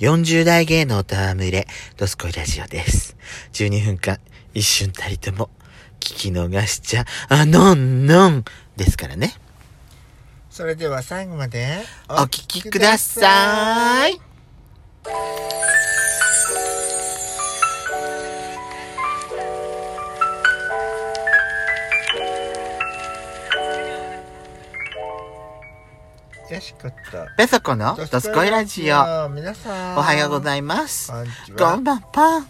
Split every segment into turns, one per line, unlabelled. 40代芸能たわむれ、ドスコイラジオです。12分間、一瞬たりとも、聞き逃しちゃ、あのんのんですからね。
それでは最後までお
お聞きください。
よしこと
ペソコのドスコイラジオ。
皆さん
おはようご
い
ざいます。
ます
こんばんは。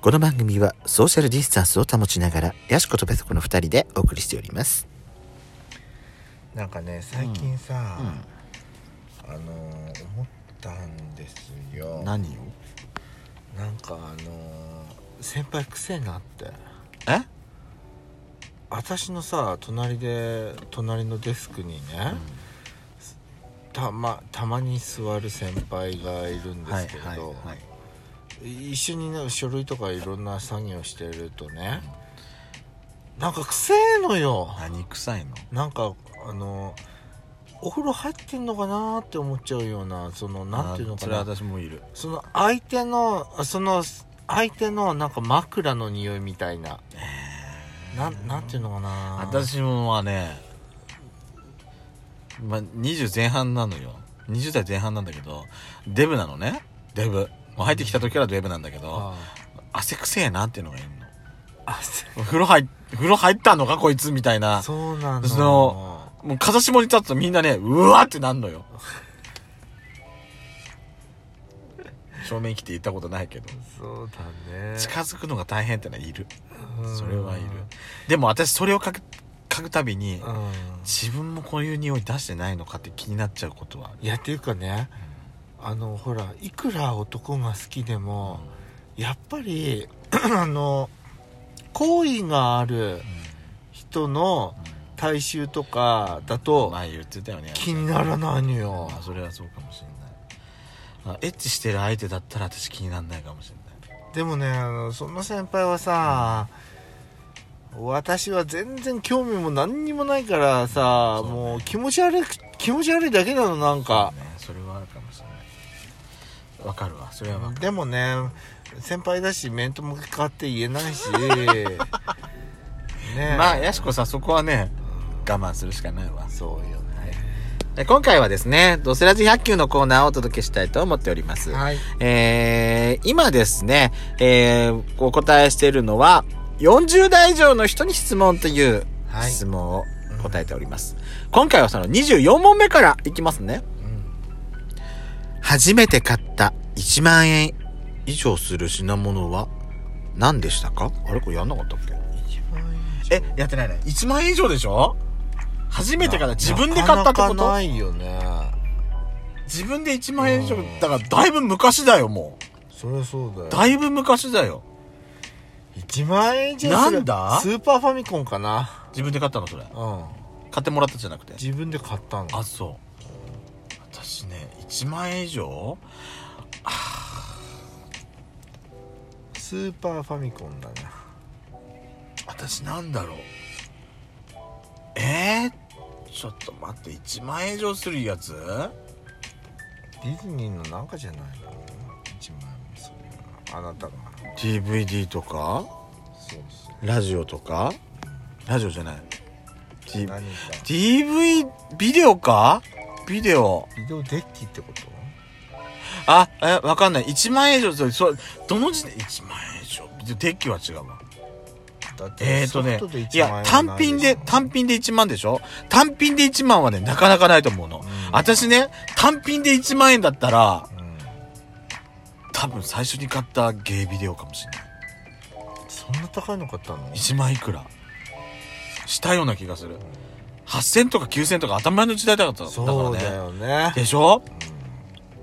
この番組はソーシャルディスタンスを保ちながら、ヤシコとペソコの二人でお送りしております。
なんかね最近さ、
うん
あのー思ったんですよ
何を
なんかあのー先輩癖があって
え
私のさ隣で隣のデスクにね、たまたまに座る先輩がいるんですけれど、
はい
一緒にね書類とかいろんな作業してるとね、なんかくせえのよ
何臭いの
なんかあのお風呂入ってんのかなーって思っちゃうようなそのなんていうのかな
私もいる
その相手のあその相手のなんか枕の匂いみたいな、なんなんていうのかな
私もまあね、まあ、20前半なのよ20代前半なんだけどデブなのねデブもう入ってきた時からデブなんだけど
あ
汗くせえなっていうのがいる
あそ
の風呂入っ風呂入ったのかこいつみたいな
そうなの
そのもう風下に立つとみんなねうわーってなんの よ正面来て言ったことないけど
そうだね
近づくのが大変ってのはいる
うん
それはいるでも私それを書く書くたびに
うん
自分もこういう匂い出してないのかって気になっちゃうことはある
いやっていうかねあのほらいくら男が好きでも、やっぱり あの好意がある人の大衆とかだと
前言ってたよね
気にならないのよ
あそれはそうかもしれないあエッチしてる相手だったら私気にならないかもしれない
でもねあのその先輩はさ、私は全然興味も何にもないからさ
そうね
もう気持ち悪い気持ち悪いだけなのなんか
そうねそれはあるかもしれないわかるわそれはわかる
でもね先輩だし面と向かって言えな いしね
まあやしこさんそこはね我慢するしかないわ
そうよね
で今回はですね「ドセラジ100球」のコーナーをお届けしたいと思っております
はい
えー今ですね、えーお答えしているのは、40代以上の人に質問という
はい
質問を答えております。今回はその24問目からいきますね。
うん
初めて買った1万円以上する品物は何でしたかあれこれやんなかったっ
一番いい
けえ、やってないね。1万円以上でしょ初めてから自分で買ったってこと
なかなかないよね
自分で1万円以上
う。ん
だからだいぶ昔だよ、も
そりゃそうだよ
う。だいぶ昔だよ。
1万円以上する
なんだ
スーパーファミコンかな
自分で買ったの、それ。
うん
買ってもらったじゃなくて。
自分で買ったの
あそう私ね1万円以上
スーパーファミコンだね
私なんだろうえー、ちょっと待って1万円以上するやつ
ディズニーのなんかじゃないの1万円もそれはあなたが
DVD とか
そうそう
ラジオとかラジオじゃない D
何か
DV ビデオかビデオ
ビデオデッキってこと
あえわかんない1万円以上それそれどの時点1万円以上でデッキは違うわ
だって
えーとね
ソフトで、
い
1万円
や、
はな
単
い
品で、
しょ
単品で1万でしょ単品で1万はね、なかなかないと思うの。
ん
私ね、単品で1万円だったら、
うん
多分最初に買ったゲイビデオかもしれない。
そんな高いの買ったの
1万いくら。したような気がする。8000とか9000とか頭前の時代だった
そうだ
ね。
よね
でしょ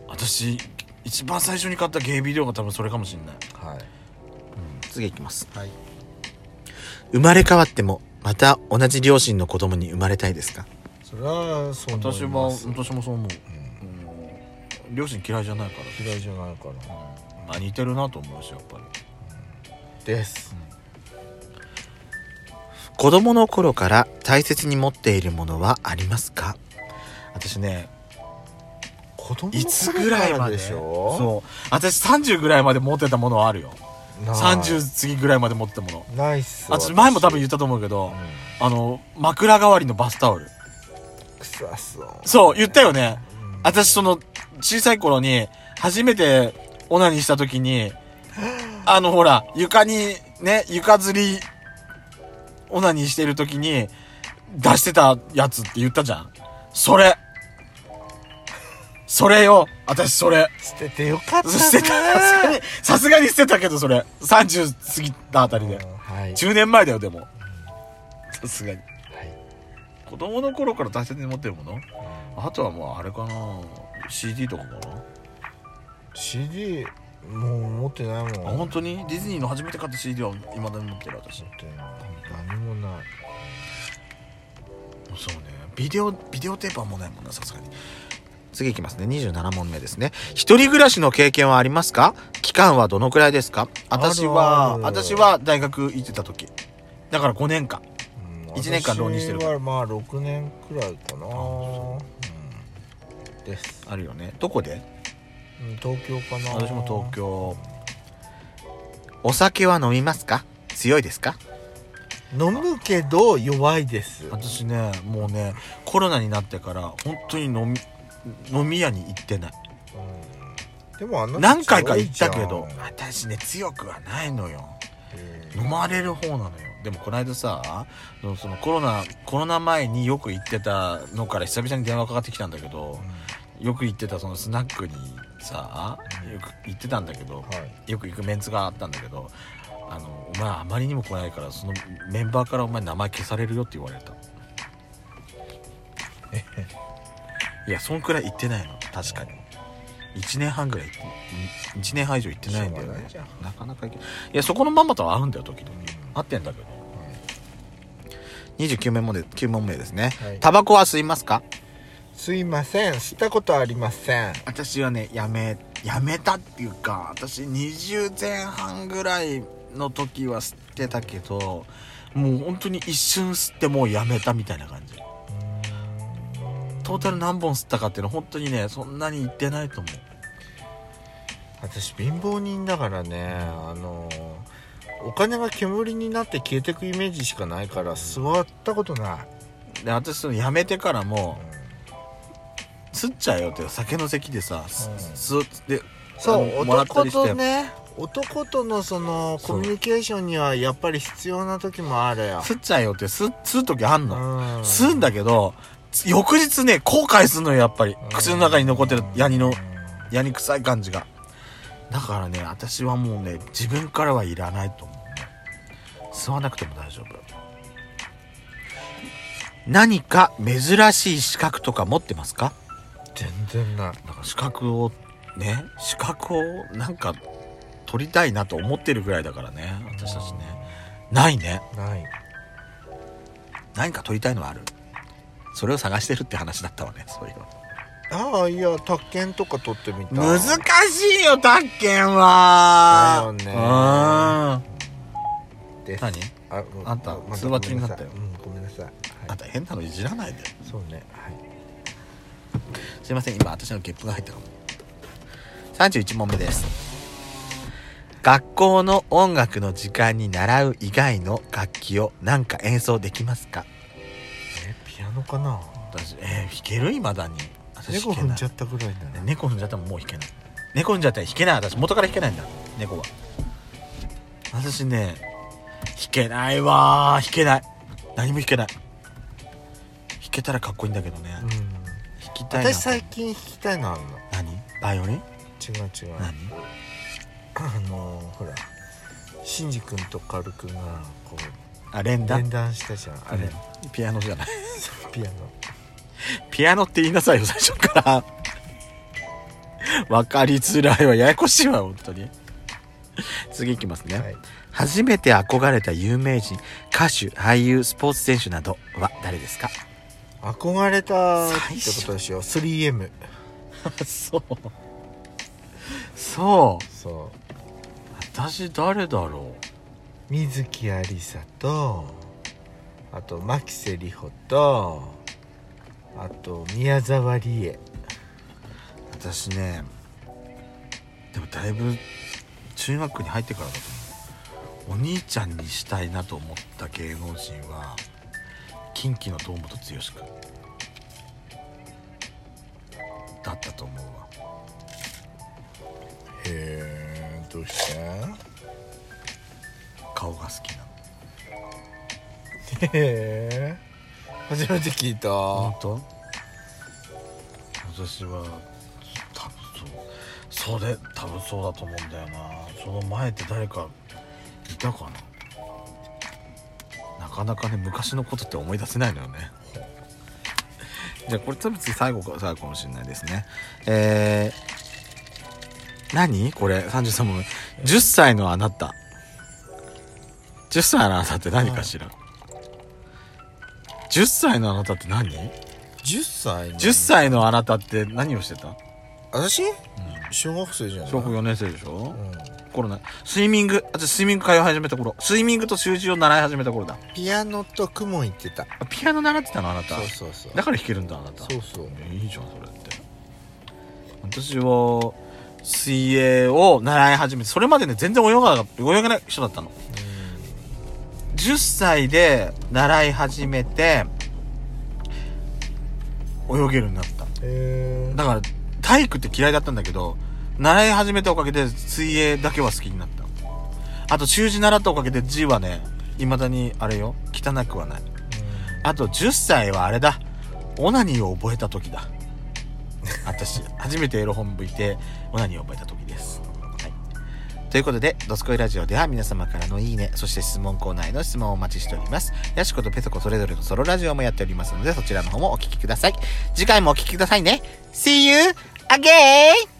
私、一番最初に買ったゲイビデオが多分それかもしれない。
はい
次いきます。
はい
生まれ変わっても、また同じ両親の子供に生まれたいですか
それはそう思
私
い
は、
ます
私もそう思う。うん両親嫌いじゃないから。
嫌いじゃないから
まあ似てるなと思うしやっぱり
です
子供の頃から大切に持っているものはありますか私ね子
子供の頃
いつぐらいまで
でしょ
そう私30ぐらいまで持ってたものはあるよ
ない
30過ぎぐらいまで持ってたもの
ないっす
あちょっと前も多分言ったと思うけど、あの枕代わりのバスタオル
くさそう
そう言ったよね
うん
私その小さい頃に初めてオナニーした時に あのほら床にね床ずりオナニーしてる時に出してたやつって言ったじゃんそれそれよ私それ
捨ててよかったな
捨てたさすがにさすがに捨てたけどそれ30過ぎたあたりで
うんはい
10年前だよでもさすがに
はい
子供の頃から大切に持ってるものあとはもうあれかな CD とかかな
CD もう持ってないもん
あ本当にディズニーの初めて買った CD はいまだに持ってる私
持ってない何もない
そうねビデオビデオテープはもうないもんなさすがに
次いきますね。27問目ですね。一人暮らしの経験はありますか期間はどのくらいですか私は、
あるある
私は大学行ってた時だから5年間
うん
一年間浪人してる
私はまあ6年くらいかな
そ
うんです
あるよねどこで
うん東京かな
私も東京
お酒は飲みますか強いですか
飲むけど弱いです
私ねもうねコロナになってから本当に飲み飲み屋に行ってない
うんでもあの人
何回か行ったけど
強いじゃん
私ね強くはないのよ
えー
飲まれる方なのよでもこの間さそのそのコロナコロナ前によく行ってたのから久々に電話かかってきたんだけどよく行ってたそのスナックにさよく行ってたんだけど
はい
よく行くメンツがあったんだけどあのお前あまりにも来ないからそのメンバーからお前名前消されるよって言われたいやそんくらい行ってないの確かに1年半ぐらい行って1年半以上行ってないんだよ
しょうが
ね
ないじゃん
なかなか行けないいやそこのママとは会うんだよ時々会ってんだけど
29問目で、9問目ですね
はい。
タバコは吸いますか
すいません吸ったことありません
私はねやめやめたっていうか私20前半ぐらいの時は吸ってたけどもう本当に一瞬吸ってもうやめたみたいな感じトータル何本吸ったかっていうの本当にねそんなにいってないと思う
私貧乏人だからねあのお金が煙になって消えてくイメージしかないから座ったことない
で私そのやめてからも吸っちゃえよって酒の席でさす
うん
吸って
そ
あの
う
もらった
男
りして
とね男とのその
そう
コミュニケーションにはやっぱり必要な時もあるよ
吸っちゃえよって吸吸う時あんの
うん
吸うんだけど翌日ね後悔すんのよやっぱり口の中に残ってるヤニのやに臭い感じがだからね私はもうね自分からはいらないと思うね吸わなくても大丈夫
何か珍しい資格とか持ってますか
全然ない
なんか資格をね資格をなんか取りたいなと思ってるぐらいだからね私たちねないね
ない
何か取りたいのはあるそれを探してるって話だったわねそういうの
ああいや宅建とか取ってみた
難しいよ宅建は
だよね
うーん
です
何
あ
あんた
ま
通話中になったよ
ごめんなさいうんごめん
あ
なさ
ん
い
た変なのいじらないで
はいそうねはい
すいません今私のゲップが入ったかも31問目です学校の音楽の時間に習う以外の楽器を何か演奏できますか
えピアノかな
私えー、弾けるいまだに私
猫
弾け
踏
なんい
じゃったぐらいだね
猫踏んじゃったらもう弾けない猫踏んじゃったら弾けない私元から弾けないんだ猫は私ね弾けないわー弾けない何も弾けない弾けたらかっこいいんだけどね、
うん
弾きたいな
私最近弾きたいのあるの
何バイオリン
違う違う
何
あのーほらシンジ君とカル君がこう
あ連打
連弾したじゃんあれ、
ピアノじゃない
ピアノ
ピアノって言いなさいよ最初から わかりづらいわややこしいわ本当に
次いきますね、
はい
初めて憧れた有名人歌手俳優スポーツ選手などは誰ですか
憧れたって
最初
ことでしょ 3M
そうそう
そ
私誰だろう
う水木有りさとあと牧瀬里穂とあと宮沢りえ
私ねでもだいぶ中学に入ってからだと思うお兄ちゃんにしたいなと思った芸能人は近畿の堂本剛君だったと思うわ
へえどうして
顔が好きなの
へえ初めて聞いた、
本当私は多分そうそれ多分そうだと思うんだよなその前って誰かいたかななかなかね昔のことって思い出せないのよね じゃあこれ多分次最後か最後かもしれないですねえー、何これ33問目10歳のあなた10歳のあなたって何かしら、10歳のあなたって何
10歳の
10歳のあなたって何をしてた
私、小学生じゃない
小学4年生でしょ
うん
頃ねスイミング私スイミング通い始めた頃スイミングと習字を習い始めた頃だ
ピアノと雲行ってた
あピアノ習ってたのあなた
そうそうそう
だから弾けるんだあなた
そうそう
えいいじゃんそれって私は水泳を習い始めてそれまでね全然泳がなかった泳げない人だったの10歳で習い始めて泳げるようになった
へ
だから体育って嫌いだったんだけど習い始めたおかげで水泳だけは好きになったあと習字習ったおかげで字はね未だにあれよ汚くはないあと10歳はあれだオナニーを覚えた時だ私初めてエロ本部いてオナニーを覚えた時です、はい、ということで「どすこいラジオ」では皆様からのいいねそして質問コーナーへの質問をお待ちしておりますやしことペソコそれぞれのソロラジオもやっておりますのでそちらの方もお聴きください次回もお聴きくださいね See you again!